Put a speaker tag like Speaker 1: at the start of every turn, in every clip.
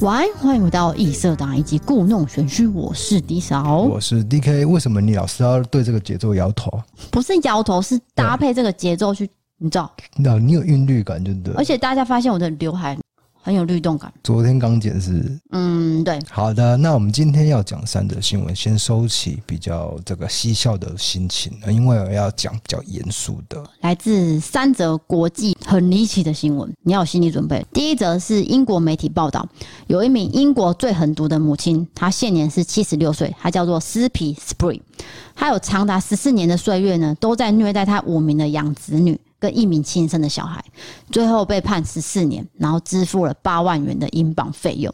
Speaker 1: 晚安，欢迎回到异色档以及故弄玄虚，我是迪嫂，
Speaker 2: 我是 D K，为什么你老是要对这个节奏摇头？
Speaker 1: 不是摇头，是搭配这个节奏去，你知道？
Speaker 2: 那你有韵律感，对不对？
Speaker 1: 而且大家发现我的刘海很有律动感，
Speaker 2: 昨天刚剪是
Speaker 1: 嗯，对，
Speaker 2: 好的，那我们今天要讲三则新闻，先收起比较这个嬉笑的心情，呃因为我要讲比较严肃的。
Speaker 1: 来自三则国际很离奇的新闻，你要有心理准备。第一则是英国媒体报道，有一名英国最狠毒的母亲，她现年是七十六岁，她叫做斯皮 Spree，她有长达十四年的岁月呢，都在虐待她五名的养子女跟一名亲生的小孩，最后被判十四年，然后支付了八万元的英镑费用。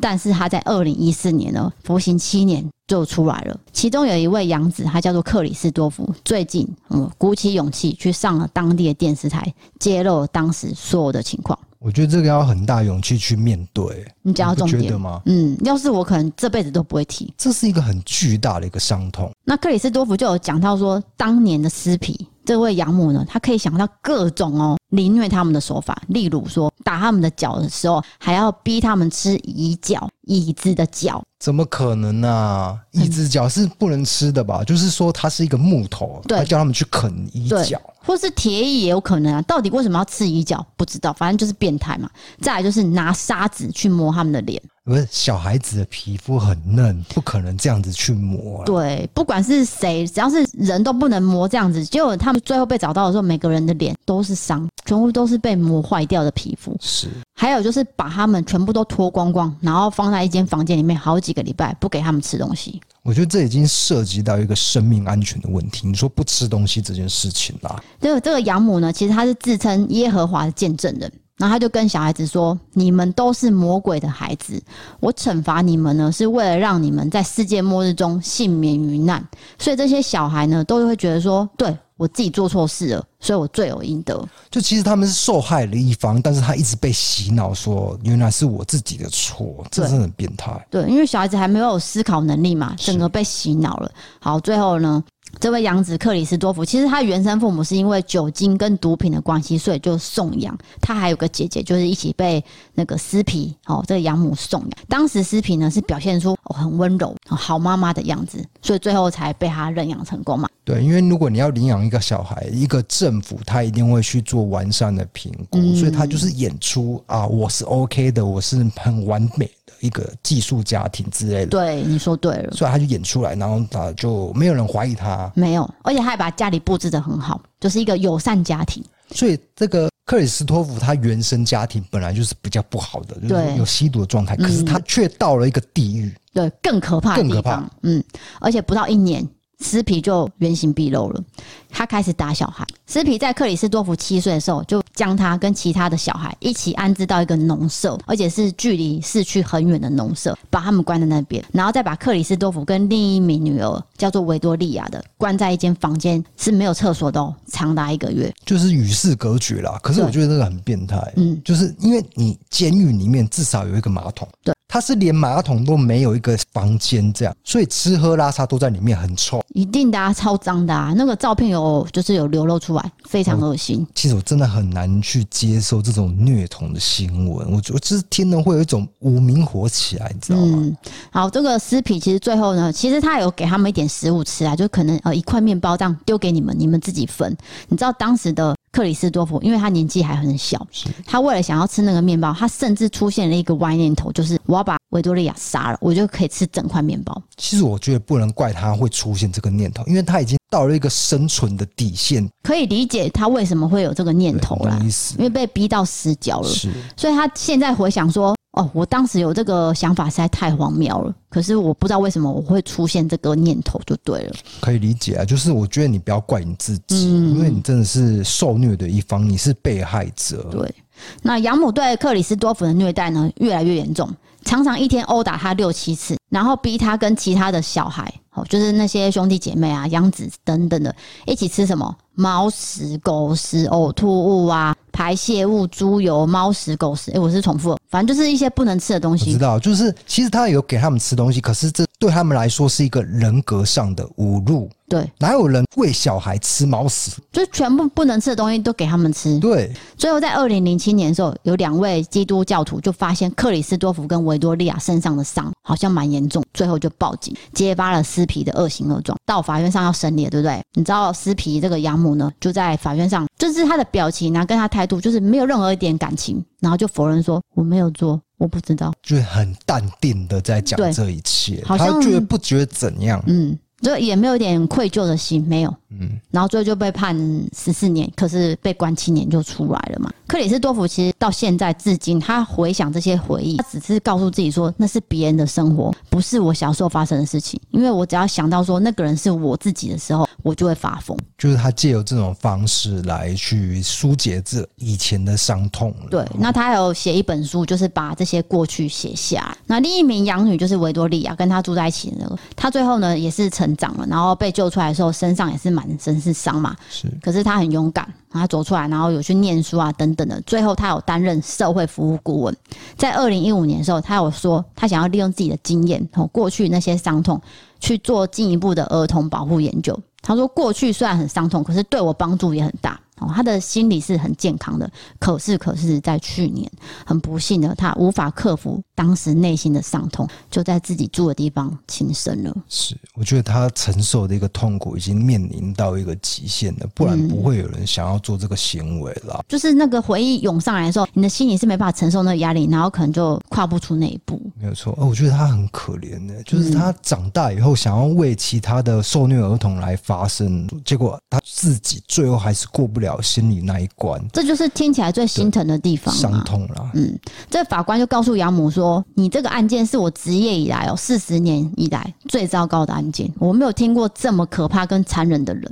Speaker 1: 但是他在二零一四年呢，服刑七年就出来了。其中有一位养子，他叫做克里斯多夫，最近嗯鼓起勇气去上了当地的电视台，揭露了当时所有的情况。
Speaker 2: 我觉得这个要很大勇气去面对，
Speaker 1: 你讲到
Speaker 2: 你不
Speaker 1: 重
Speaker 2: 觉
Speaker 1: 点
Speaker 2: 得，吗？
Speaker 1: 嗯，要是我可能这辈子都不会提。
Speaker 2: 这是一个很巨大的一个伤痛。
Speaker 1: 那克里斯多夫就有讲到说，当年的斯皮这位养母呢，她可以想到各种哦凌虐他们的手法，例如说打他们的脚的时候，还要逼他们吃椅脚、椅子的脚，
Speaker 2: 怎么可能啊？一只脚是不能吃的吧？就是说它是一个木头，
Speaker 1: 对
Speaker 2: 他叫他们去啃一
Speaker 1: 对
Speaker 2: 角。
Speaker 1: 或是铁椅也有可能啊。到底为什么要刺椅脚？不知道，反正就是变态嘛。再来就是拿砂纸去磨他们的脸，
Speaker 2: 不是小孩子的皮肤很嫩，不可能这样子去磨啦。啊
Speaker 1: 对，不管是谁，只要是人都不能磨这样子。结果他们最后被找到的时候，每个人的脸都是伤，全部都是被磨坏掉的皮肤。
Speaker 2: 是
Speaker 1: 还有就是把他们全部都脱光光，然后放在一间房间里面好几个礼拜，不给他们吃东西。
Speaker 2: 我觉得这已经涉及到一个生命安全的问题。你说不吃东西这件事情啊啦，
Speaker 1: 这个这个养母呢，其实她是自称耶和华的见证人，然后她就跟小孩子说：“你们都是魔鬼的孩子，我惩罚你们呢，是为了让你们在世界末日中幸免于难。”所以这些小孩呢，都会觉得说：“对我自己做错事了，所以我罪有应得。
Speaker 2: 就其实他们是受害的一方，但是他一直被洗脑说原来是我自己的错，这
Speaker 1: 对
Speaker 2: 真的很变态。”
Speaker 1: 对，因为小孩子还没有思考能力嘛，整个被洗脑了。好，最后呢，这位养子克里斯多夫，其实他原生父母是因为酒精跟毒品的关系，所以就送养。他还有个姐姐，就是一起被那个斯皮哦，这个养母送养。当时斯皮呢是表现出、哦、很温柔、哦好妈妈的样子，所以最后才被他认养成功嘛。
Speaker 2: 对，因为如果你要领养一个小孩，一个政府他一定会去做完善的评估，所以他就是演出啊，我是 OK 的，我是很完美的一个寄宿家庭之类的，
Speaker 1: 对，你说对了，
Speaker 2: 所以他就演出来，然后他就没有人怀疑他，
Speaker 1: 没有，而且他还把家里布置的很好，就是一个友善家庭。
Speaker 2: 所以这个克里斯托弗他原生家庭本来就是比较不好的，就是有吸毒的状态，可是
Speaker 1: 嗯
Speaker 2: 他却到了一个地狱，
Speaker 1: 对，更可怕的
Speaker 2: 更
Speaker 1: 地
Speaker 2: 可
Speaker 1: 方
Speaker 2: 怕，
Speaker 1: 嗯，而且不到一年，斯皮就原形毕露了。他开始打小孩。斯皮在克里斯多夫七岁的时候，就将他跟其他的小孩一起安置到一个农舍，而且是距离市区很远的农舍，把他们关在那边，然后再把克里斯多夫跟另一名女儿叫做维多利亚的关在一间房间，是没有厕所的、哦，长达一个月。
Speaker 2: 就是与世隔绝啦。可是我
Speaker 1: 对
Speaker 2: 觉得这个很变态，
Speaker 1: 嗯
Speaker 2: 就是因为你监狱里面至少有一个马桶，
Speaker 1: 对，
Speaker 2: 它是连马桶都没有一个房间这样，所以吃喝拉撒都在里面，很臭。
Speaker 1: 一定的啊，超脏的啊！那个照片有就是有流露出来，非常恶心。
Speaker 2: 其实我真的很难去接受这种虐童的新闻，我我就是听了会有一种无名火起来，你知道吗？
Speaker 1: 嗯，好，这个尸皮其实最后呢，其实他有给他们一点食物吃啊，就可能呃一块面包这样丢给你们，你们自己分。你知道当时的克里斯多夫，因为他年纪还很小，他为了想要吃那个面包，他甚至出现了一个歪念头，就是我要把维多利亚杀了，我就可以吃整块面包。
Speaker 2: 其实我觉得不能怪他会出现这个念头，因为他已经到了一个生存的底线，
Speaker 1: 可以理解他为什么会有这个念头
Speaker 2: 我
Speaker 1: 啦嗯
Speaker 2: 懂，意思
Speaker 1: 因为被逼到死角了。
Speaker 2: 是。
Speaker 1: 所以他现在回想说，哦，我当时有这个想法实在太荒谬了，可是我不知道为什么我会出现这个念头，就对了。
Speaker 2: 可以理解啊，就是我觉得你不要怪你自己，
Speaker 1: 嗯
Speaker 2: 因为你真的是受虐的一方，你是被害者。
Speaker 1: 对，那养母对克里斯多夫的虐待呢，越来越严重，常常一天殴打他六七次，然后逼他跟其他的小孩，哦，就是那些兄弟姐妹啊、养子等等的，一起吃什么猫屎、狗屎、呕吐物啊、排泄物、猪油、猫屎、狗屎，诶、我是重复了，反正就是一些不能吃的东
Speaker 2: 我知
Speaker 1: 西。
Speaker 2: 道，就是其实他有给他们吃东西，可是这对他们来说是一个人格上的侮辱。
Speaker 1: 对，
Speaker 2: 哪有人喂小孩吃猫屎？
Speaker 1: 就全部不能吃的东西都给他们吃。
Speaker 2: 对，
Speaker 1: 最后在二零零七年的时候，有两位基督教徒就发现克里斯多夫跟维多利亚身上的伤好像蛮严重，最后就报警，揭发了斯皮的恶行恶状，到法院上要审理了，对不对？你知道斯皮这个养母呢，就在法院上，就是他的表情啊，跟他态度，就是没有任何一点感情，然后就否认说我没有做，我不知道。
Speaker 2: 就是很淡定的在讲
Speaker 1: 对
Speaker 2: 这一切，
Speaker 1: 好
Speaker 2: 他
Speaker 1: 像
Speaker 2: 觉得不觉得怎样？
Speaker 1: 嗯，就也没有一点愧疚的心，没有。
Speaker 2: 嗯，
Speaker 1: 然后最后就被判十四年，可是被关七年就出来了嘛。克里斯多夫其实到现在至今，他回想这些回忆，他只是告诉自己说那是别人的生活，不是我小时候发生的事情。因为我只要想到说那个人是我自己的时候，我就会发疯。
Speaker 2: 就是他借由这种方式来去疏解这以前的伤痛了。
Speaker 1: 对，那他还有写一本书，就是把这些过去写下来。那另一名养女就是维多利亚，跟她住在一起的那个，她最后呢也是成长了，然后被救出来的时候，身上也是满身是伤嘛，
Speaker 2: 是
Speaker 1: 可是他很勇敢，然后他走出来，然后有去念书啊等等的。最后他有担任社会服务顾问，在二零一五年的时候，他有说他想要利用自己的经验，哦，过去那些伤痛去做进一步的儿童保护研究。他说，过去虽然很伤痛，可是对我帮助也很大。哦，他的心理是很健康的，可是可是在去年，很不幸的他无法克服当时内心的伤痛，就在自己住的地方轻生了。
Speaker 2: 是，我觉得他承受的一个痛苦已经面临到一个极限了，不然不会有人想要做这个行为啦。
Speaker 1: 就是那个回忆涌上来的时候，你的心里是没办法承受那个压力，然后可能就跨不出那一步。
Speaker 2: 没有错，哦，我觉得他很可怜的，就是他长大以后想要为其他的受虐儿童来发声，结果他自己最后还是过不了心里那一关，
Speaker 1: 这就是听起来最心疼的地方
Speaker 2: 伤
Speaker 1: 嘛。
Speaker 2: 痛啦。
Speaker 1: 嗯，这法官就告诉养母说：“你这个案件是我职业以来哦，四十年以来最糟糕的案件，我没有听过这么可怕跟残忍的人。”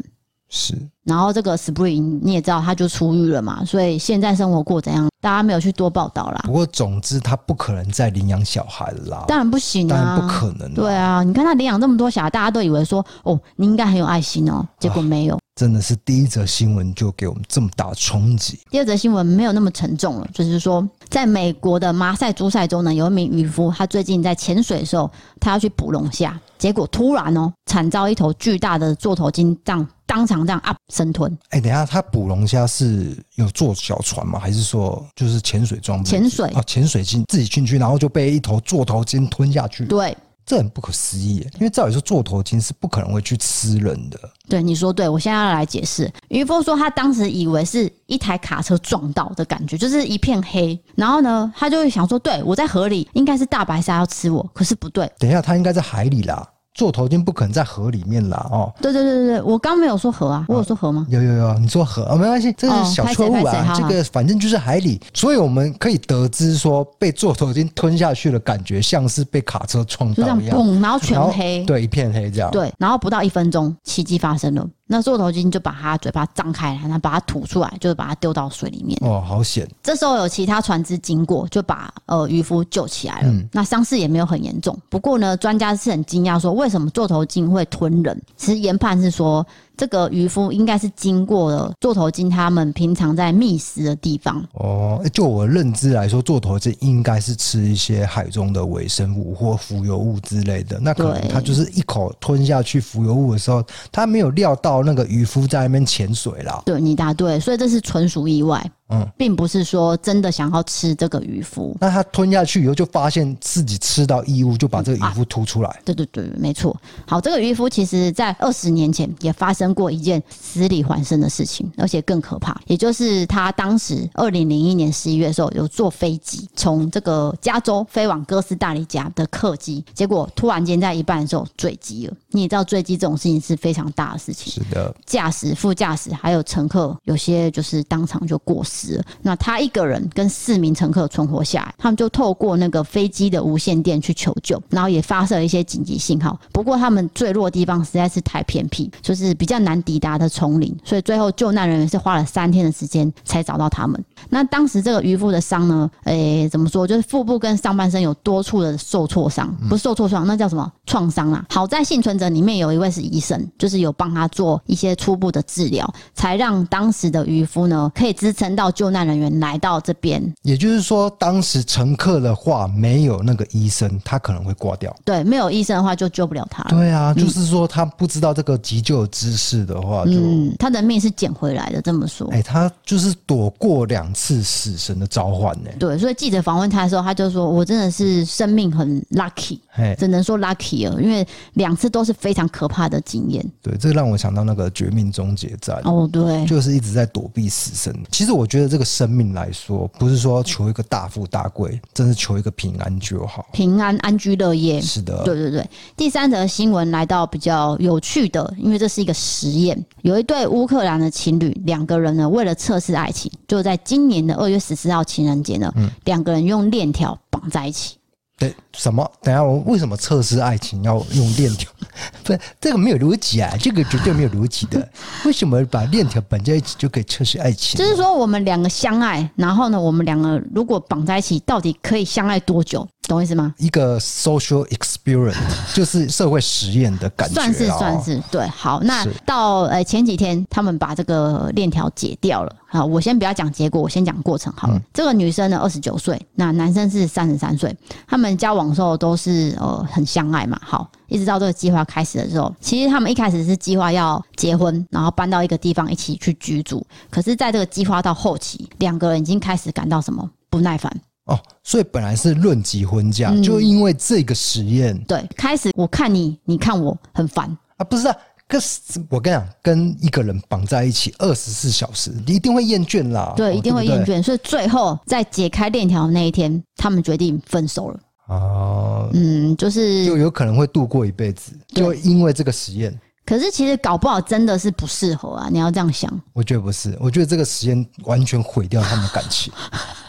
Speaker 2: 是，
Speaker 1: 然后这个 Spring 你也知道，他就出狱了嘛，所以现在生活过怎样，大家没有去多报道啦。
Speaker 2: 不过总之他不可能再领养小孩了啦，
Speaker 1: 当然不行
Speaker 2: 当然
Speaker 1: 啊，
Speaker 2: 不可能啦，
Speaker 1: 对啊，你看他领养这么多小孩，大家都以为说哦，你应该很有爱心哦，结果没有。
Speaker 2: 真的是第一则新闻就给我们这么大冲击，
Speaker 1: 第二则新闻没有那么沉重了，就是说，在美国的马赛诸塞州呢，有一名渔夫，他最近在潜水的时候，他要去捕龙虾，结果突然哦，惨遭一头巨大的座头鲸这样当场这样啊生吞，
Speaker 2: 哎、等一下，他捕龙虾是有坐小船吗？还是说就是潜水装备？
Speaker 1: 潜水
Speaker 2: 哦，潜水进自己进去，然后就被一头座头鲸吞下去，
Speaker 1: 对。
Speaker 2: 这很不可思议耶。因为照理说，座头鲸是不可能会去吃人的。
Speaker 1: 对，你说对，我现在要来解释。渔夫说他当时以为是一台卡车撞到的感觉，就是一片黑。然后呢，他就会想说，对我在河里，应该是大白鲨要吃我，可是不对。
Speaker 2: 等一下，它应该在海里啦，座头鲸不可能在河里面啦。哦，
Speaker 1: 对对对对对，我刚没有说河啊，我有说河吗？
Speaker 2: 有有有，你说河啊、没关系，这是小错误
Speaker 1: 哦拍谁
Speaker 2: 啊。
Speaker 1: 拍谁
Speaker 2: 这个反正就是海里，所以我们可以得知说，被座头鲸吞下去的感觉像是被卡车撞
Speaker 1: 就这
Speaker 2: 到
Speaker 1: 样
Speaker 2: 一样，
Speaker 1: 砰，然后全
Speaker 2: 然后
Speaker 1: 黑。
Speaker 2: 对，一片黑这样。
Speaker 1: 对，然后不到一分钟，奇迹发生了。那座头鲸就把它嘴巴张开来，然后把它吐出来，就是把它丢到水里面。
Speaker 2: 哦，好险，
Speaker 1: 这时候有其他船只经过，就把呃渔夫救起来了。那伤势也没有很严重。不过呢，专家是很惊讶说，为什么座头鲸会吞人？其实研判是说，这个渔夫应该是经过了座头鲸他们平常在觅食的地方，
Speaker 2: 哦，欸就我认知来说，做投资应该是吃一些海中的微生物或浮游物之类的。那可能
Speaker 1: 对
Speaker 2: 他就是一口吞下去浮游物的时候，他没有料到那个渔夫在那边潜水啦。
Speaker 1: 对你答对，所以这是纯属意外，
Speaker 2: 嗯
Speaker 1: 并不是说真的想要吃这个渔夫。
Speaker 2: 那他吞下去以后，就发现自己吃到异物，就把这个渔夫吐出来。
Speaker 1: 对对对，没错。好，这个渔夫其实在二十年前也发生过一件死里还生的事情，而且更可怕，也就是他当时二零零一年十一月的时候，有坐飞机从这个加州飞往哥斯达黎加的客机，结果突然间在一半的时候坠机了。你也知道坠机这种事情是非常大的事情，
Speaker 2: 是的，
Speaker 1: 驾驶、副驾驶还有乘客，有些就是当场就过世了。那他一个人跟四名乘客存活下来，他们就透过那个飞机的无线电去求救，然后也发射了一些紧急信号。不过他们坠落的地方实在是太偏僻，就是比较难抵达的丛林，所以最后救难人员是花了三天的时间才找到他们。那当时这个渔夫的伤呢，诶、怎么说？就是腹部跟上半身有多处的受挫伤，不是受挫伤，那叫什么创伤啦。好在幸存者里面有一位是医生，就是有帮他做一些初步的治疗，才让当时的渔夫呢可以支撑到到救难人员来到这边，
Speaker 2: 也就是说，当时乘客的话没有那个医生，他可能会挂掉。
Speaker 1: 对，没有医生的话就救不了他了。
Speaker 2: 对啊，就是说他不知道这个急救知识的话，就
Speaker 1: 嗯，他的命是捡回来的，这么说。
Speaker 2: 哎、他就是躲过两次死神的召唤呢、
Speaker 1: 对，所以记者访问他的时候，他就说：“我真的是生命很 lucky，
Speaker 2: 哎，
Speaker 1: 只能说 lucky 了，因为两次都是非常可怕的经验。
Speaker 2: 对，这让我想到那个《绝命终结战》”
Speaker 1: 哦，对，
Speaker 2: 就是一直在躲避死神。其实我觉得这个生命来说，不是说求一个大富大贵，真是求一个平安就好。
Speaker 1: 平安安居乐业。
Speaker 2: 是的，
Speaker 1: 对对对，第三则新闻来到比较有趣的，因为这是一个实验。有一对乌克兰的情侣，两个人呢为了测试爱情，就在今年的二月十四号情人节呢，两个人用链条绑在一起。
Speaker 2: 对，什么？等一下我为什么测试爱情要用链条？ 不是这个没有逻辑啊，这个绝对没有逻辑的。为什么把链条绑在一起就可以测试爱情？
Speaker 1: 就是说，我们两个相爱，然后呢，我们两个如果绑在一起，到底可以相爱多久？懂我意思吗？
Speaker 2: 一个 social experiment，就是社会实验的感觉、啊，
Speaker 1: 算是算是对，好，那
Speaker 2: 是
Speaker 1: 到呃前几天他们把这个链条解掉了。好，我先不要讲结果，我先讲过程
Speaker 2: 嗯
Speaker 1: 好了。这个女生呢，二十九岁，那男生是三十三岁，他们交往的时候都是呃很相爱嘛。好，一直到这个计划开始的时候，其实他们一开始是计划要结婚，然后搬到一个地方一起去居住。可是，在这个计划到后期，两个人已经开始感到什么不耐烦，
Speaker 2: 哦。所以本来是论及婚嫁，
Speaker 1: 嗯
Speaker 2: 就因为这个实验
Speaker 1: 对，开始我看你，你看我，很烦。
Speaker 2: 啊，不是啊。跟我跟你讲，跟一个人绑在一起二十四小时，你一定会厌倦啦。哦
Speaker 1: 对，一定会
Speaker 2: 不对
Speaker 1: 厌倦。所以最后在解开链条的那一天，他们决定分手了。
Speaker 2: 哦，
Speaker 1: 嗯，就，
Speaker 2: 就是有可能会度过一辈子，
Speaker 1: 对
Speaker 2: 就因为这个实验。
Speaker 1: 可是其实搞不好真的是不适合啊！你要这样想，
Speaker 2: 我觉得不是，我觉得这个实验完全毁掉他们的感 情。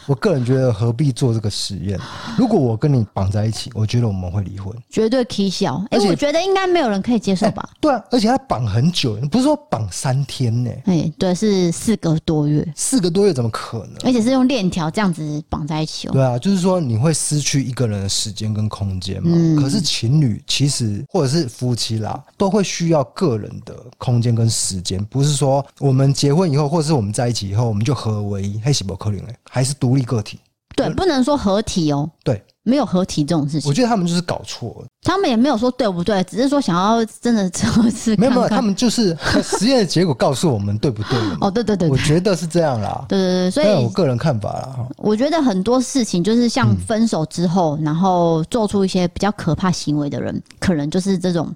Speaker 2: 我个人觉得何必做这个实验？如果我跟你绑在一起，我觉得我们会离婚。
Speaker 1: 绝对 K 笑。哎、
Speaker 2: 而且
Speaker 1: 我觉得应该没有人可以接受吧？
Speaker 2: 对啊，而且他绑很久，不是说绑三天呢、
Speaker 1: 哎、对，是四个多月，
Speaker 2: 四个多月怎么可能？
Speaker 1: 而且是用链条这样子绑在一起哦、
Speaker 2: 对啊，就是说你会失去一个人的时间跟空间嘛。
Speaker 1: 嗯
Speaker 2: 可是情侣其实或者是夫妻啦，都会需要个人的空间跟时间，不是说我们结婚以后，或者是我们在一起以后，我们就合而为一，黑喜伯克林哎，还是独立个体。
Speaker 1: 对，不能说合体哦、
Speaker 2: 对，
Speaker 1: 没有合体这种事
Speaker 2: 我
Speaker 1: 情。
Speaker 2: 觉得他们就是搞错了，
Speaker 1: 他们也没有说对不对，只是说想要真的 测试
Speaker 2: 没有没有，
Speaker 1: 看看
Speaker 2: 他们就是呃实验的结果告诉我们对不对了嘛
Speaker 1: 哦，对对 对
Speaker 2: 我
Speaker 1: 对
Speaker 2: 觉得是这样啦，
Speaker 1: 对对，对所
Speaker 2: 但
Speaker 1: 以
Speaker 2: 我个人看法啦。哈
Speaker 1: 我觉得很多事情就是像
Speaker 2: 嗯
Speaker 1: 分手之后，然后做出一些比较可怕行为的人，可能就是这种，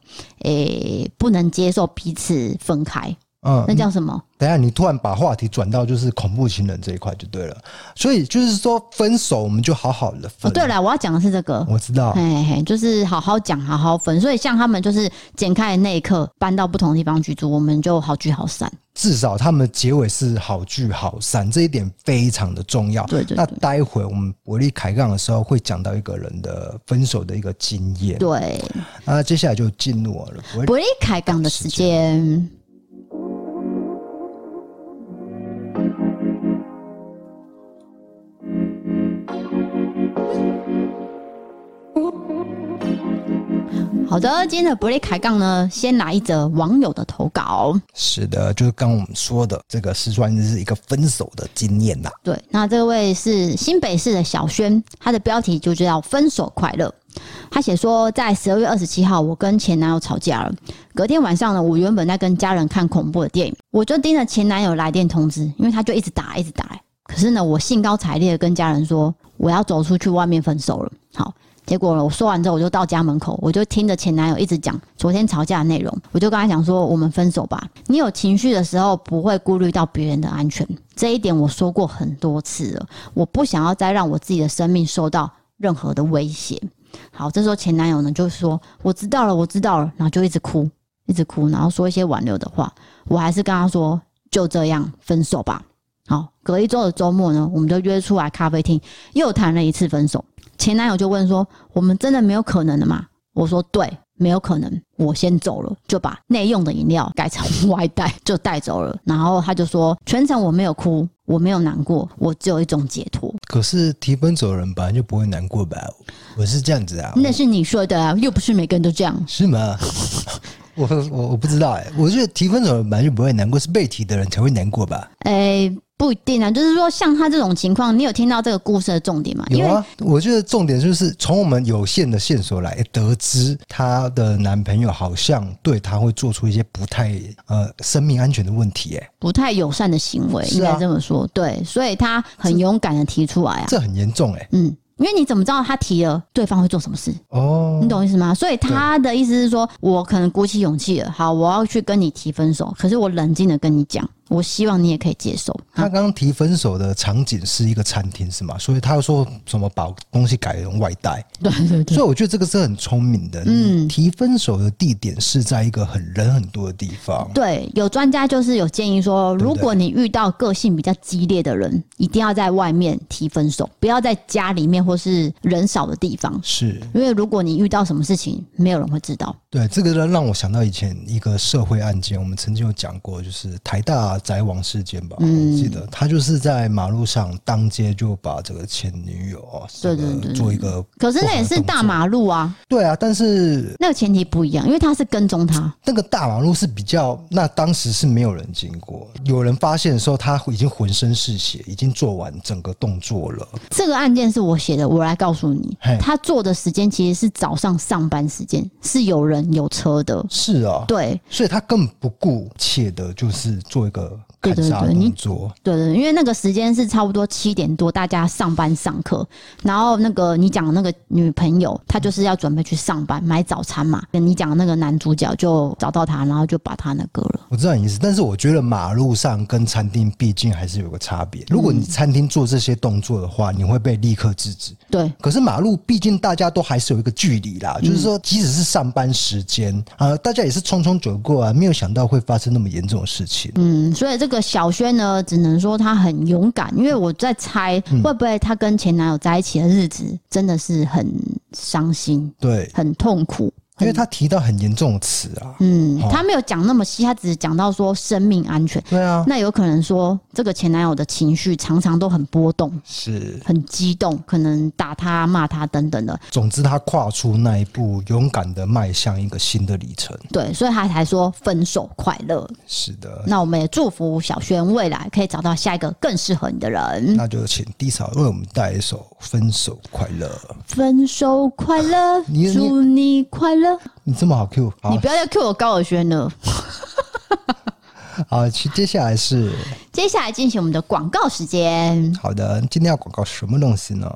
Speaker 1: 诶、不能接受彼此分开，
Speaker 2: 嗯，
Speaker 1: 那叫什么？
Speaker 2: 等一下，你突然把话题转到就是恐怖情人这一块就对了，所以就是说分手我们就好好的
Speaker 1: 哦，
Speaker 2: 分。哦
Speaker 1: 对了，我要讲的是这个。
Speaker 2: 我知道，
Speaker 1: 嘿嘿，就是好好讲，好好分。所以像他们就是剪开的那一刻，搬到不同地方居住，我们就好聚好散。
Speaker 2: 至少他们结尾是好聚好散，这一点非常的重要。
Speaker 1: 对对
Speaker 2: 那
Speaker 1: 对
Speaker 2: 待会我们伯利开杠的时候会讲到一个人的分手的一个经验。
Speaker 1: 对，
Speaker 2: 那接下来就进入我了伯利
Speaker 1: 不离开港的时间。好的，今天的不离开杠呢，先来一则网友的投稿。
Speaker 2: 是的，就是刚刚我们说的这个四川是一个分手的经验呐、
Speaker 1: 对，那这位是新北市的小轩，他的标题就叫“分手快乐”。他写说，在十二月二十七号，我跟前男友吵架了。隔天晚上呢，我原本在跟家人看恐怖的电影，我就盯着前男友来电通知，因为他就一直打，一直打。可是呢，我兴高采烈的跟家人说，我要走出去外面分手了。好，结果呢，我说完之后，我就到家门口，我就听着前男友一直讲昨天吵架的内容，我就跟他讲说，我们分手吧。你有情绪的时候，不会顾虑到别人的安全，这一点我说过很多次了。我不想要再让我自己的生命受到任何的威胁。好，这时候前男友呢就说：“我知道了，我知道了。”然后就一直哭，一直哭，然后说一些挽留的话。我还是跟他说：“就这样，分手吧。”好，隔一周的周末呢，我们就约出来咖啡厅，又谈了一次分手。前男友就问说：“我们真的没有可能了吗？”我说：“对，没有可能。”我先走了，就把内用的饮料改成外带， 就带走了。然后他就说：“全程我没有哭，我没有难过，我只有一种解脱。
Speaker 2: 可是提分手的人本来就不会难过吧？我是这样子啊，
Speaker 1: 那是你说的啊，又不是每个人都这样。
Speaker 2: 是 吗？我欸我我不知道哎、我觉得提分手的人本来就不会难过，是被提的人才会难过吧？
Speaker 1: 诶、不一定啊，就是说像他这种情况，你有听到这个故事的重点吗？因
Speaker 2: 有
Speaker 1: 为
Speaker 2: 啊，我觉得重点就是从我们有限的线索来得知，她的男朋友好像对她会做出一些不太呃生命安全的问题、哎，
Speaker 1: 不太友善的行为，
Speaker 2: 是啊
Speaker 1: 应该这么说。对，所以他很勇敢的提出来啊，
Speaker 2: 这很严重、哎，
Speaker 1: 嗯，因为你怎么知道他提了对方会做什么事？
Speaker 2: 哦
Speaker 1: 你，懂我意思吗？所以他的意思是说，我可能鼓起勇气了，好，我要去跟你提分手，可是我冷静的跟你讲，我希望你也可以接受。
Speaker 2: 她刚刚提分手的场景是一个餐厅，是吗？所以她又说什么把东西改成外带，
Speaker 1: 对对对
Speaker 2: 所以我觉得这个是很聪明的。嗯，提分手的地点是在一个很人很多的地方。
Speaker 1: 对，有专家就是有建议说，
Speaker 2: 对
Speaker 1: 如果你遇到个性比较激烈的人，一定要在外面提分手，不要在家里面或是人少的地方，
Speaker 2: 是
Speaker 1: 因为如果你遇到什么事情，没有人会知道。
Speaker 2: 对这个让让我想到以前一个社会案件，我们曾经有讲过，就是台大宅王事件吧，
Speaker 1: 嗯
Speaker 2: 我记得他就是在马路上当街就把这个前女友哦
Speaker 1: 对
Speaker 2: 这
Speaker 1: 对
Speaker 2: 个
Speaker 1: 对对
Speaker 2: 做一个
Speaker 1: 可是那也是大马路啊，
Speaker 2: 对啊，但是
Speaker 1: 那个前提不一样，因为他是跟踪他。
Speaker 2: 那个大马路是比较，那当时是没有人经过，有人发现的时候，他已经浑身是血，已经做完整个动作了。
Speaker 1: 这个案件是我写的，我来告诉你
Speaker 2: 嘿，
Speaker 1: 他做的时间其实是早上上班时间，是有人有车的。
Speaker 2: 是啊，
Speaker 1: 对
Speaker 2: 所以他更不顾切的，就是做一个砍杀
Speaker 1: 对对对你
Speaker 2: 动作。
Speaker 1: 对对，因为那个时间是差不多七点多，大家上班上课，然后那个你讲的那个女朋友，她就是要准备去上班买早餐嘛。跟你讲的那个男主角就找到他，然后就把他那个了。
Speaker 2: 我知道你意思，但是我觉得马路上跟餐厅毕竟还是有个差别。如果你餐厅做这些动作的话，你会被立刻制止。
Speaker 1: 对，
Speaker 2: 可是马路毕竟大家都还是有一个距离啦，
Speaker 1: 嗯
Speaker 2: 就是说即使是上班时间啊、呃大家也是匆匆走过啊，没有想到会发生那么严重的事情。
Speaker 1: 嗯，所以这个小轩呢，只能说他很勇敢，因为我在猜会不会她跟前男友在一起的日子真的是很伤心、
Speaker 2: 对，
Speaker 1: 很痛苦。
Speaker 2: 因为他提到很严重的词啊，
Speaker 1: 嗯
Speaker 2: 哦，
Speaker 1: 他没有讲那么细，他只是讲到说生命安全。
Speaker 2: 对啊，
Speaker 1: 那有可能说，这个前男友的情绪常常都很波动、
Speaker 2: 是。
Speaker 1: 很激动，可能打他、骂他等等的。
Speaker 2: 总之，他跨出那一步，勇敢的迈向一个新的里程。
Speaker 1: 对，所以他才说分手快乐。
Speaker 2: 是的，
Speaker 1: 那我们也祝福小轩未来可以找到下一个更适合你的人。
Speaker 2: 那就请 D 嫂为我们带来一首《分手快乐》。
Speaker 1: 分手快乐
Speaker 2: 啊你你，
Speaker 1: 祝你快乐。
Speaker 2: 你这么好 Q，好
Speaker 1: 你不要再 cue 我高尔轩了。
Speaker 2: 好，啊其接下来是
Speaker 1: 接下来进行我们的广告时间。
Speaker 2: 好的。今天要广告什么东西呢？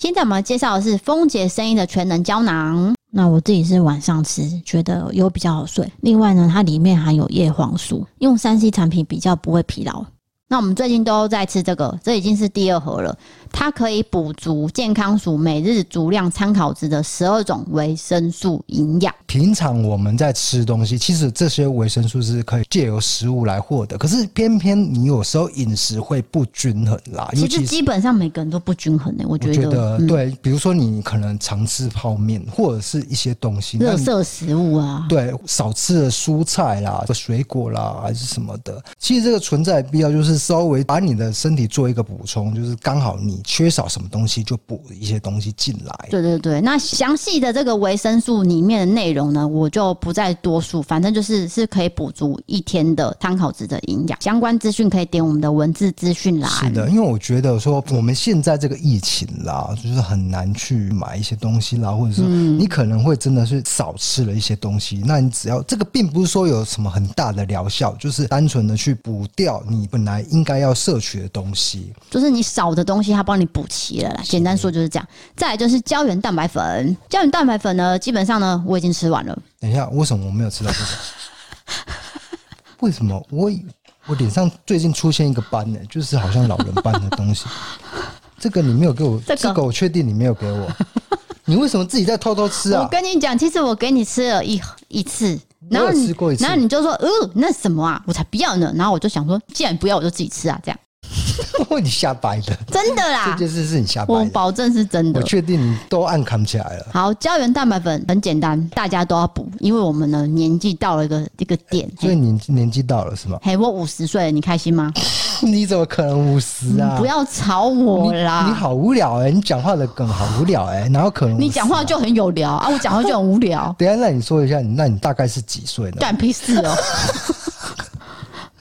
Speaker 1: 现在我们要介绍的是丰杰生意的全能胶囊。那我自己是晚上吃，觉得有比较好睡。另外呢，它里面含有叶黄素，用三 C 产品比较不会疲劳。那我们最近都在吃这个，这已经是第二盒了。它可以补足健康署每日足量参考值的十二种维生素营养。
Speaker 2: 平常我们在吃东西，其实这些维生素是可以借由食物来获得，可是偏偏你有时候饮食会不均衡啦，
Speaker 1: 其
Speaker 2: 尤
Speaker 1: 实
Speaker 2: 其是。
Speaker 1: 基本上每个人都不均衡的、欸我
Speaker 2: 我
Speaker 1: 觉
Speaker 2: 觉
Speaker 1: 得嗯
Speaker 2: 得嗯对，比如说你可能常吃泡面，或者是一些东西，那
Speaker 1: 热
Speaker 2: 你
Speaker 1: 色食物啊，
Speaker 2: 对少吃的蔬菜啦、水果啦还是什么的，其实这个存在的必要就是稍微把你的身体做一个补充，就是刚好你缺少什么东西就补一些东西进来。
Speaker 1: 对对对，那详细的这个维生素里面的内容呢，我就不再多述，反正就是是可以补足一天的参考值的营养。相关资讯可以点我们的文字资讯栏。
Speaker 2: 是的，因为我觉得说我们现在这个疫情啦，就是很难去买一些东西啦，或者是
Speaker 1: 嗯
Speaker 2: 你可能会真的是少吃了一些东西。那你只要这个并不是说有什么很大的疗效，就是单纯的去补掉你本来应该要摄取的东西。
Speaker 1: 就是你少的东西，它帮你补齐了啦。简单说就是这样。再来就是胶原蛋白粉，胶原蛋白粉呢，基本上呢我已经吃完了，
Speaker 2: 等一下，为什么我没有吃到这个？为什么我我脸上最近出现一个斑呢、就是好像老人斑的东 西。这个你没有给我，
Speaker 1: 这个
Speaker 2: 这个我确定你没有给我。你为什么自己在偷偷吃啊
Speaker 1: 我？跟你讲，其实我给你吃了一一次，
Speaker 2: 我
Speaker 1: 然
Speaker 2: 有
Speaker 1: 后你
Speaker 2: 吃过一次
Speaker 1: 然后你就说，呃，那什么啊，我才不要呢。然后我就想说，既然不要，我就自己吃啊，这样
Speaker 2: 你瞎掰的，
Speaker 1: 真的
Speaker 2: 这
Speaker 1: 啦。
Speaker 2: 件事是你瞎
Speaker 1: 啊我
Speaker 2: 掰的。
Speaker 1: 保证是真的
Speaker 2: 我，确定你都按扛起来了，
Speaker 1: 好，胶原蛋白粉很简单，大家都要补，因为我们的年纪到了一个一个点。
Speaker 2: 所以你年纪到了是 吗？
Speaker 1: 嘿，我五十岁了，你开心吗？
Speaker 2: 你怎么可能五十啊？
Speaker 1: 嗯不要吵我啦！
Speaker 2: 你好无聊哎、你讲话的梗好无聊哎、然后可能
Speaker 1: 你
Speaker 2: 50
Speaker 1: 讲话就很有聊啊，我讲话就很无聊
Speaker 2: ，等一下，那你说一下，你那你大概是几岁呢？
Speaker 1: 干屁事哦、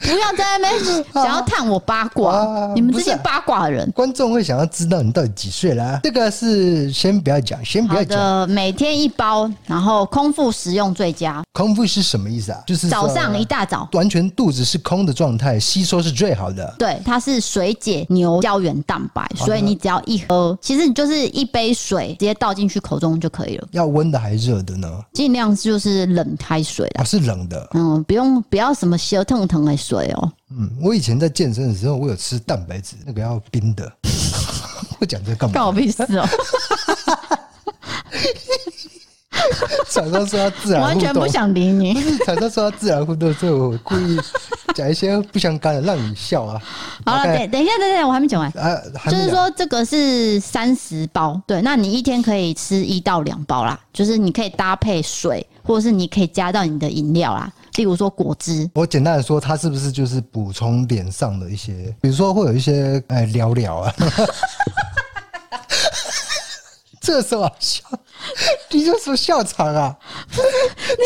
Speaker 1: 不要在那 边想要探我八卦，
Speaker 2: 啊
Speaker 1: 你们
Speaker 2: 不
Speaker 1: 这
Speaker 2: 是
Speaker 1: 些八卦的人。
Speaker 2: 观众会想要知道你到底几岁啦、这个是啊先不要讲，先不
Speaker 1: 好
Speaker 2: 要讲。
Speaker 1: 的，每天一包，然后空腹食用最佳。
Speaker 2: 空腹是什么意思啊？就是说
Speaker 1: 早上一大早，
Speaker 2: 完全肚子是空的状态，吸收是最好的。
Speaker 1: 对，它是水解牛胶原蛋白，所以你只要一喝，其实你就是一杯水直接倒进去口中就可以了，
Speaker 2: 要温的还是热的呢？
Speaker 1: 尽量就是冷开水啦。
Speaker 2: 啊，是冷的。
Speaker 1: 嗯，不用不要什么热腾腾的水哦、
Speaker 2: 嗯，我以前在健身的时候，我有吃蛋白质，那个要冰的。 我讲这干嘛？
Speaker 1: 干我屁事哦、
Speaker 2: 厂商说要自然
Speaker 1: 完
Speaker 2: 互
Speaker 1: 全
Speaker 2: 啊动
Speaker 1: 不，想理你。
Speaker 2: 厂商说要自然互动，所以我故意讲一些不相干的，让你笑啊。
Speaker 1: 好了，
Speaker 2: OK
Speaker 1: 等等一下，等一下，我还没讲完。
Speaker 2: 啊，还
Speaker 1: 就
Speaker 2: 没
Speaker 1: 是
Speaker 2: 讲
Speaker 1: 说，这个是三十包，对，那你一天可以吃一到两包啦，就是你可以搭配水，或者是你可以加到你的饮料啦，例如说果汁，
Speaker 2: 我简单的说，它是不是就是补充脸上的一些，比如说会有一些哎聊聊啊， 这有什么好笑？你这有什么笑场啊？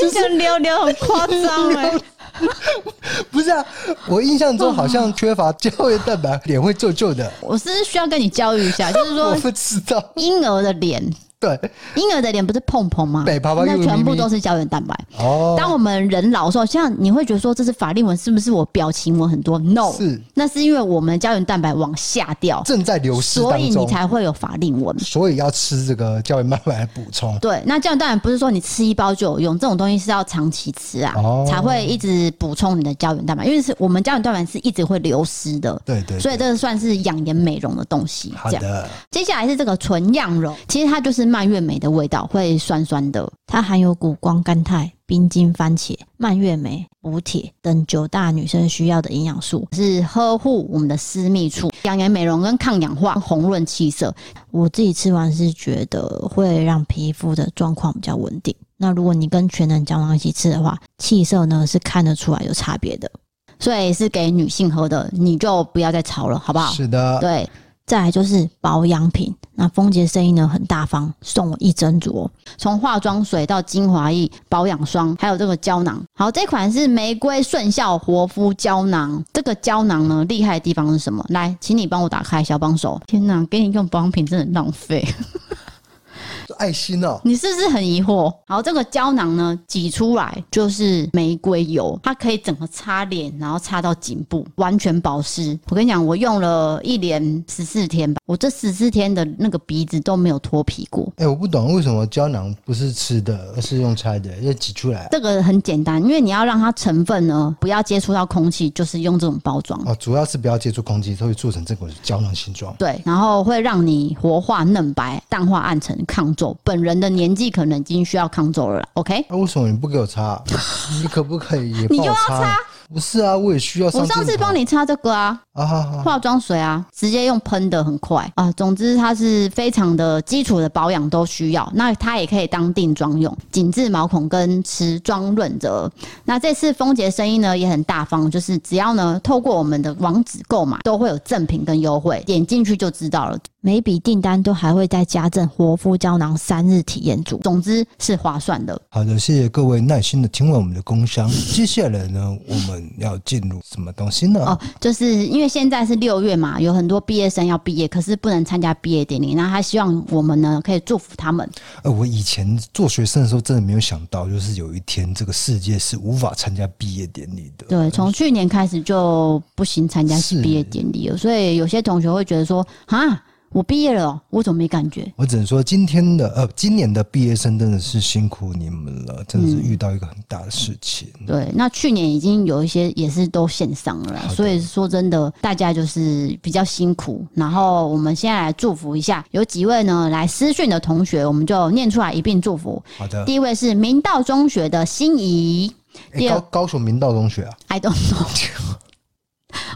Speaker 1: 你想聊聊很夸张哎，
Speaker 2: 不是啊，我印象中好像缺乏胶原蛋白，脸会皱皱的。
Speaker 1: 我是需要跟你教育一 下，就是
Speaker 2: 我
Speaker 1: 说
Speaker 2: 不知道，
Speaker 1: 婴儿的脸，
Speaker 2: 对，
Speaker 1: 婴儿的脸不是碰碰吗？
Speaker 2: 对泡泡
Speaker 1: 那
Speaker 2: 又
Speaker 1: 全
Speaker 2: 咪
Speaker 1: 部
Speaker 2: 咪
Speaker 1: 都是胶原蛋白。
Speaker 2: 哦，
Speaker 1: 当我们人老的时候，像你会觉得说这是法令纹，是不是我表情纹很多？No，
Speaker 2: 是
Speaker 1: 那是因为我们的胶原蛋白往下掉，
Speaker 2: 正在流失
Speaker 1: 所以
Speaker 2: 当
Speaker 1: 你
Speaker 2: 中，
Speaker 1: 才会有法令纹。
Speaker 2: 所以要吃这个胶原蛋白来补充。
Speaker 1: 对，那胶原蛋白不是说你吃一包就有用，这种东西是要长期吃啊，
Speaker 2: 哦
Speaker 1: 才会一直补充你的胶原蛋白，因为是我们胶原蛋白是一直会流失的。
Speaker 2: 对对
Speaker 1: 所以这个算是养颜美容的东西，
Speaker 2: 好
Speaker 1: 这样。
Speaker 2: 的，
Speaker 1: 接下来是这个纯漾柔，其实它就是蔓越莓的味道，会酸酸的。它含有谷胱甘肽、冰晶番茄、蔓越莓、补铁等九大女生需要的营养素，是呵护我们的私密处、养颜美容跟抗氧化、红润气色。我自己吃完是觉得会让皮肤的状况比较稳定。那如果你跟全能胶囊一起吃的话，气色呢是看得出来有差别的。所以是给女性喝的，你就不要再吵了，好不好？
Speaker 2: 是的，
Speaker 1: 对，再来就是保养品。那丰杰生意呢很大方，送我一整组哦，从化妆水到精华液、保养霜，还有这个胶囊。好，这款是玫瑰顺效活肤胶囊。这个胶囊呢厉害的地方是什么？来，请你帮我打开小帮手。天哪，给你用保养品真的很浪费。
Speaker 2: 爱心哦，
Speaker 1: 你是不是很疑惑？好，这个胶囊呢，挤出来就是玫瑰油，它可以整个擦脸，然后擦到颈部，完全保湿。我跟你讲，我用了一连十四天吧，我这十四天的那个鼻子都没有脱皮过。
Speaker 2: 哎、我不懂为什么胶囊不是吃的，而是用拆的，要挤出来。
Speaker 1: 这个很简单，因为你要让它成分呢不要接触到空气，就是用这种包装。
Speaker 2: 哦，主要是不要接触空气，它会做成这个胶囊形状。
Speaker 1: 对，然后会让你活化嫩白、淡化暗沉、抗皱。本人的年纪可能已经需要抗皱了啦，OK？
Speaker 2: 啊那、为什么你不给我擦？ 你可不可以也
Speaker 1: 你
Speaker 2: 帮
Speaker 1: 就要
Speaker 2: 擦？
Speaker 1: 擦
Speaker 2: 不是啊，我也需要上
Speaker 1: 我
Speaker 2: 镜头。
Speaker 1: 上次帮你擦这个啊，
Speaker 2: 啊，好好好
Speaker 1: 化妆水啊，直接用喷的很快啊。总之，它是非常的基础的保养都需要。那它也可以当定妆用，紧致毛孔跟持妆润泽。那这次丰杰生意呢也很大方，就是只要呢透过我们的网址购买，都会有赠品跟优惠，点进去就知道了。每笔订单都还会再加赠活肤胶囊三日体验组，总之是划算的。
Speaker 2: 好的，谢谢各位耐心的听完我们的工商。接下来呢，我们要进入什么东西呢？
Speaker 1: 哦，就是因为现在是六月嘛，有很多毕业生要毕业，可是不能参加毕业典礼。那他希望我们呢可以祝福他们。
Speaker 2: 呃，我以前做学生的时候，真的没有想到，就是有一天这个世界是无法参加毕业典礼的。
Speaker 1: 对，从去年开始就不行参加
Speaker 2: 是
Speaker 1: 毕业典礼了，所以有些同学会觉得说：“啊，我毕业了哦，我怎么没感觉
Speaker 2: 我只能说，今天的呃，今年的毕业生真的是辛苦你们了，真的
Speaker 1: 嗯
Speaker 2: 是遇到一个很大的事情。？”
Speaker 1: 对，那去年已经有一些也是都线上了啦，所以说真的，大家就是比较辛苦。然后我们现在来祝福一下，有几位呢来私讯的同学，我们就念出来一并祝福。
Speaker 2: 好的，
Speaker 1: 第一位是明道中学的心仪，
Speaker 2: 诶
Speaker 1: 第二
Speaker 2: 高高雄明道中学啊，
Speaker 1: I don't know，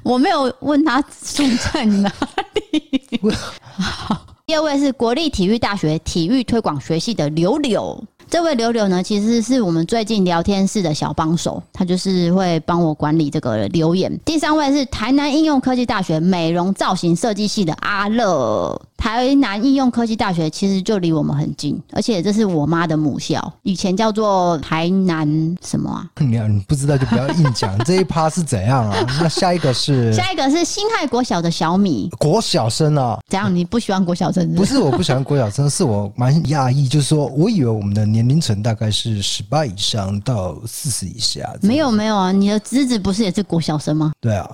Speaker 1: 我没有问他住在哪里。
Speaker 2: 我
Speaker 1: 好，第二位是国立体育大学体育推广学系的柳柳。这位柳柳呢，其实是我们最近聊天室的小帮手，他就是会帮我管理这个留言。第三位是台南应用科技大学美容造型设计系的阿乐，台南应用科技大学其实就离我们很近，而且这是我妈的母校，以前叫做台南什么啊？
Speaker 2: 你你不知道就不要硬讲，这一趴是怎样啊？那下一个是
Speaker 1: 下一个是新泰国小的小米，
Speaker 2: 国小生啊，
Speaker 1: 怎样？你不喜欢国小生？
Speaker 2: 不，是我不喜欢国小生，是我蛮讶异，就是说我以为我们的年龄层大概是十八以上到四十以下，
Speaker 1: 没有没有啊，你的侄子不是也是国小生吗？
Speaker 2: 对啊。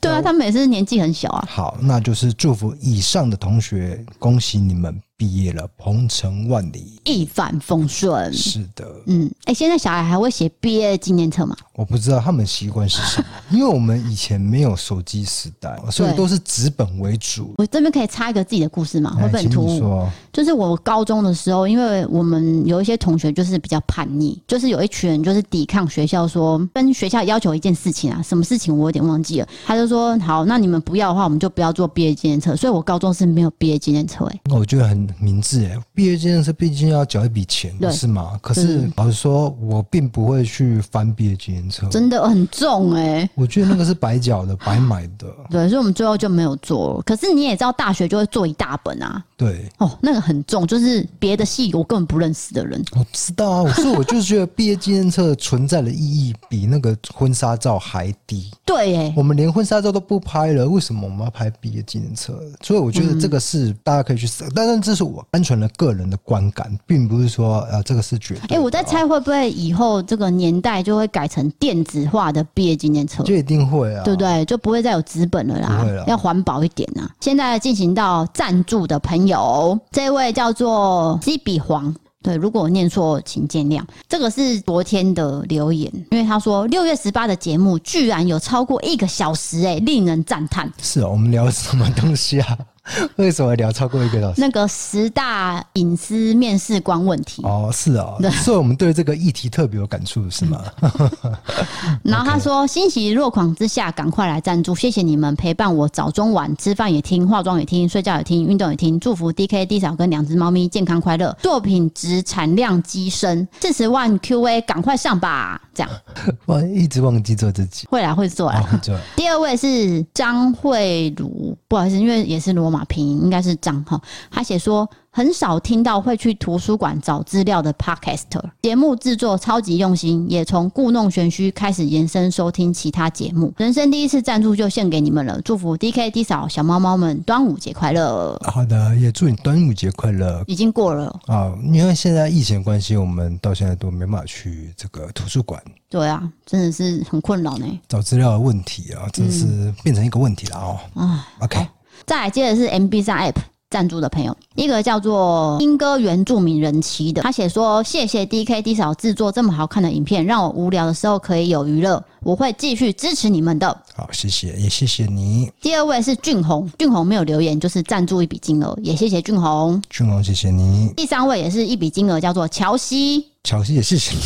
Speaker 1: 对啊，他们也是年纪很小啊。
Speaker 2: 好，那就是祝福以上的同学，恭喜你们毕业了，鹏程万里。
Speaker 1: 一帆风顺。
Speaker 2: 是的，
Speaker 1: 嗯，哎、现在小孩还会写毕业纪念册吗？
Speaker 2: 我不知道他们习惯是什么，因为我们以前没有手机时代，所以
Speaker 1: 对
Speaker 2: 都是纸本为主。
Speaker 1: 我这边可以插一个自己的故事吗？会
Speaker 2: 哎
Speaker 1: 不会
Speaker 2: 请
Speaker 1: 很突
Speaker 2: 你
Speaker 1: 兀？
Speaker 2: 说，
Speaker 1: 就是我高中的时候，因为我们有一些同学就是比较叛逆，就是有一群人就是抵抗学校说，跟学校要求一件事情啊，什么事情我有点忘记了。他就说好，那你们不要的话，我们就不要做毕业纪念册。所以我高中是没有毕业纪念册、欸，
Speaker 2: 我觉得很明智哎。毕业纪念册毕竟要缴一笔钱，不
Speaker 1: 对嗯
Speaker 2: 是吗？可是老实说，我并不会去翻毕业纪念册，
Speaker 1: 真的很重哎、
Speaker 2: 我觉得那个是白缴的，白买的。
Speaker 1: 对，所以我们最后就没有做了。可是你也知道，大学就会做一大本啊，
Speaker 2: 对，
Speaker 1: 哦，那个很重，就是别的系我根本不认识的人。
Speaker 2: 我知道啊，所以我就是觉得毕业纪念册存在的意义比那个婚纱照还低。
Speaker 1: 对、欸，
Speaker 2: 我们连婚纱照都不拍了，为什么我们要拍毕业纪念册？所以我觉得这个是大家可以去思，当然这是我单纯的个人的观感，并不是说呃这个是绝对的
Speaker 1: 哎、
Speaker 2: 啊。
Speaker 1: 我在猜会不会以后这个年代就会改成电子化的毕业纪念册，
Speaker 2: 就一定会啊，
Speaker 1: 对不对？就不会再有纸本了啦
Speaker 2: 不会啦，
Speaker 1: 要环保一点啊。现在进行到赞助的朋友，这位叫做基比黄。对，如果我念错，请见谅。这个是昨天的留言，因为他说六月十八的节目居然有超过一个小时、哎，令人赞叹。
Speaker 2: 是啊，我们聊什么东西啊？为什么聊超过一个小时？
Speaker 1: 那个十大隐私面试官问题，
Speaker 2: 哦，是啊，所以我们对这个议题特别有感触，是 吗？
Speaker 1: 然后他说：“欣喜若狂之下，赶快来赞助，谢谢你们陪伴我早中晚，吃饭也听，化妆也听，睡觉也听，运动也听。祝福 D K D 嫂跟两只猫咪健康快乐，作品值产量激升，四十万 Q A，赶快上吧！这样
Speaker 2: 我一直忘记做自己
Speaker 1: 会啦，会做啦。
Speaker 2: 啊，就
Speaker 1: 第二位是张慧茹，不好意思，因为也是罗马拼音，应该是张哈。他写说很少听到会去图书馆找资料的 podcaster，节目制作超级用心，也从故弄玄虚开始延伸收听其他节目。人生第一次赞助就献给你们了，祝福 D K D 嫂小猫猫们端午节快乐！
Speaker 2: 好的，也祝你端午节快乐。
Speaker 1: 已经过了，
Speaker 2: 啊，因为现在疫情的关系，我们到现在都没办法去这个图书馆
Speaker 1: 对啊，真的是很困扰呢。
Speaker 2: 找资料的问题啊，真是变成一个问题了哦。
Speaker 1: 唉
Speaker 2: OK，
Speaker 1: 再来接的是 MB 三 App 赞助的朋友，一个叫做英歌原住民人妻的，他写说：“谢谢 DK D 嫂制作这么好看的影片，让我无聊的时候可以有娱乐，我会继续支持你们的。
Speaker 2: 好，谢谢，也谢谢你，”
Speaker 1: 第二位是俊宏，俊宏没有留言，就是赞助一笔金额，也谢谢俊宏。
Speaker 2: 俊龙，谢谢你，
Speaker 1: 第三位也是一笔金额，叫做乔西，
Speaker 2: 乔西也谢谢你。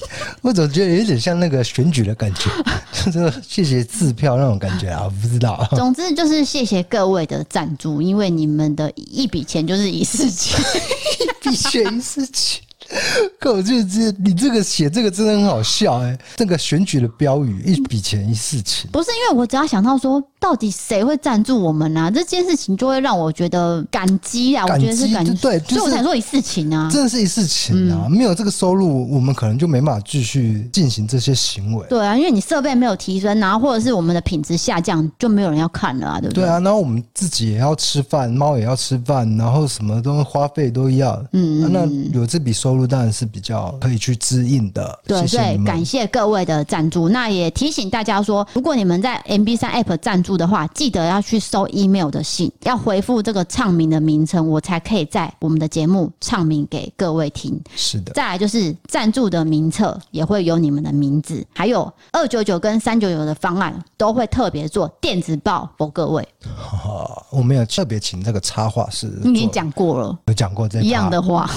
Speaker 2: 我总觉得有点像那个选举的感觉， 就是谢谢字票那种感觉啊，不知道。
Speaker 1: 总之就是谢谢各位的赞助，因为你们的一笔钱就是一次钱。
Speaker 2: 必选一事情。 可我就觉得你这个写这个真的很好笑哎、这个选举的标语一笔钱一事情，
Speaker 1: 不是因为我只要想到说，到底谁会赞助我们啊？这件事情就会让我觉得感激啊，我
Speaker 2: 感
Speaker 1: 觉得是
Speaker 2: 激
Speaker 1: 感激，
Speaker 2: 对就是
Speaker 1: 所以我才说一事情啊。
Speaker 2: 真的是一事情
Speaker 1: 嗯
Speaker 2: 啊！没有这个收入，我们可能就没办法继续进行这些行为。
Speaker 1: 对啊，因为你设备没有提升啊，或者是我们的品质下降，就没有人要看了啊，对不
Speaker 2: 对啊，然后我们自己也要吃饭，猫也要吃饭，然后什么东西花费都要。嗯、那有这笔收入当然是比较可以去支应的。
Speaker 1: 对，
Speaker 2: 谢
Speaker 1: 所
Speaker 2: 谢
Speaker 1: 以
Speaker 2: 你们
Speaker 1: 感。谢各位的赞助。那也提醒大家说，如果你们在 MB 三 App 赞助的话，记得要去收 email 的信，要回复这个唱名的名称，我才可以在我们的节目唱名给各位听。
Speaker 2: 是的，
Speaker 1: 再来就是赞助的名册也会有你们的名字，还有二九九跟三九九的方案都会特别做电子报给各位。
Speaker 2: 好，我们有特别请这个插画师，
Speaker 1: 你已经讲过了，
Speaker 2: 有讲过这一
Speaker 1: 一样
Speaker 2: 趴
Speaker 1: 的话，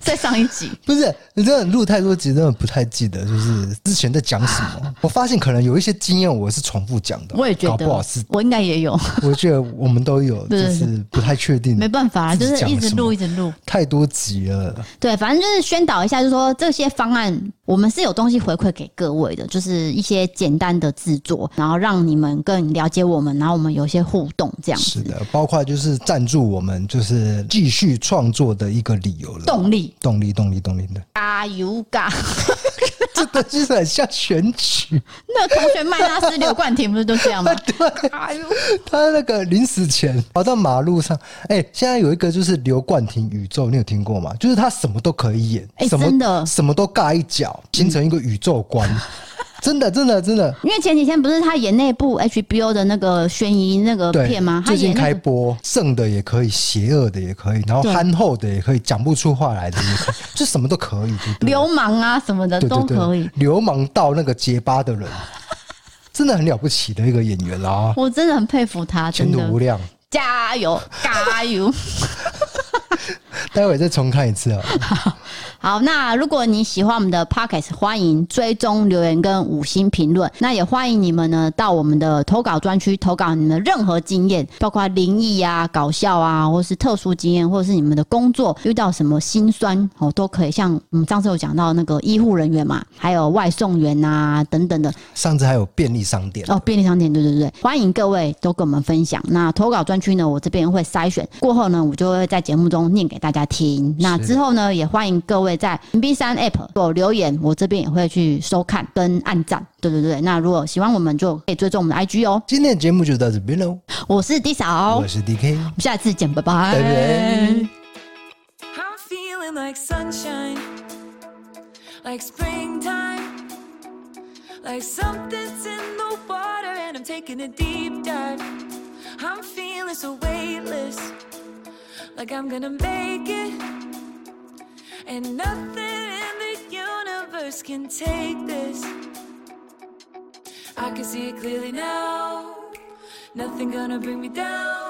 Speaker 1: 在上一集，
Speaker 2: 不是，你真的录太多集，真的不太记得，就是之前在讲什 么。我发现可能有一些经验我是重复讲的，
Speaker 1: 我也觉
Speaker 2: 啊搞不好
Speaker 1: 得
Speaker 2: 是，
Speaker 1: 我应该也有，
Speaker 2: 我觉得我们都有，就
Speaker 1: 对
Speaker 2: 是不太确定，
Speaker 1: 没办法，就
Speaker 2: 自
Speaker 1: 是
Speaker 2: 己嗯讲
Speaker 1: 一直
Speaker 2: 什么
Speaker 1: 录一直录。
Speaker 2: 太多集了。
Speaker 1: 对，反正就是宣导一下，就是说这些方案我们是有东西回馈给各位的，就是一些简单的制作，然后让你们更了解我们，然后我们有一些互动这样
Speaker 2: 是
Speaker 1: 子，
Speaker 2: 的，包括就是赞助我们，就是继续创作的一个理由了。
Speaker 1: 动力啊
Speaker 2: 动力，动力，动力 的，
Speaker 1: 加油嘎！
Speaker 2: 这东西是很像选举。
Speaker 1: 那个同学麦纳斯刘冠廷不是都这样 吗？加油！
Speaker 2: 他那个临死前跑到马路上，哎、现在有一个就是刘冠廷宇宙，你有听过吗？就是他什么都可以演，
Speaker 1: 哎
Speaker 2: 什么
Speaker 1: 真的嗯
Speaker 2: 什么都尬一脚，形成一个宇宙观。真的，真的，真的，
Speaker 1: 因为前几天不是他演那部 HBO 的那个悬疑那个
Speaker 2: 对
Speaker 1: 片吗？他
Speaker 2: 最近
Speaker 1: 演那
Speaker 2: 开
Speaker 1: 个
Speaker 2: 播，正的也可以，邪恶的也可以，然后
Speaker 1: 对
Speaker 2: 憨厚的也可以，讲不出话来的也可以，就什么都可以，对不对？
Speaker 1: 流氓啊什么的
Speaker 2: 对
Speaker 1: 都
Speaker 2: 对对，
Speaker 1: 可以。
Speaker 2: 流氓到那个结巴的人， 真的很了不起的一个演员啊，
Speaker 1: 我真的很佩服他，
Speaker 2: 前
Speaker 1: 真
Speaker 2: 途
Speaker 1: 的
Speaker 2: 无量。
Speaker 1: 加油加油！
Speaker 2: 待会再重看一次啊，
Speaker 1: 好，那如果你喜欢我们的 podcast，欢迎追踪留言跟五星评论。那也欢迎你们呢到我们的投稿专区投稿你们的任何经验，包括灵异啊、搞笑啊，或是特殊经验，或者是你们的工作遇到什么辛酸哦，都可以。像我们上次有讲到那个医护人员嘛，还有外送员啊等等的
Speaker 2: 上次还有便利商店，
Speaker 1: 哦，便利商店，对对对，欢迎各位都跟我们分享。那投稿专区呢，我这边会筛选过后呢，我就会在节目中念给大家听。那之后呢，也欢迎各位在 B 三 App 有留言，我这边也会去收看跟按赞。对对对，那如果喜欢我们，就可以追踪我们的 IG 哦。
Speaker 2: 今天的节目就到这边喽，
Speaker 1: 我是 D 嫂，我
Speaker 2: 我
Speaker 1: 们
Speaker 2: 是 DK。
Speaker 1: 下次见，拜拜。
Speaker 2: 拜拜
Speaker 3: I'm feeling like sunshine, like springtime, like something's in the water and I'm taking a deep dive. I'm feeling so weightless, like I'm gonna make it, and nothing in the universe can take this. I can see it clearly now, nothing gonna bring me down.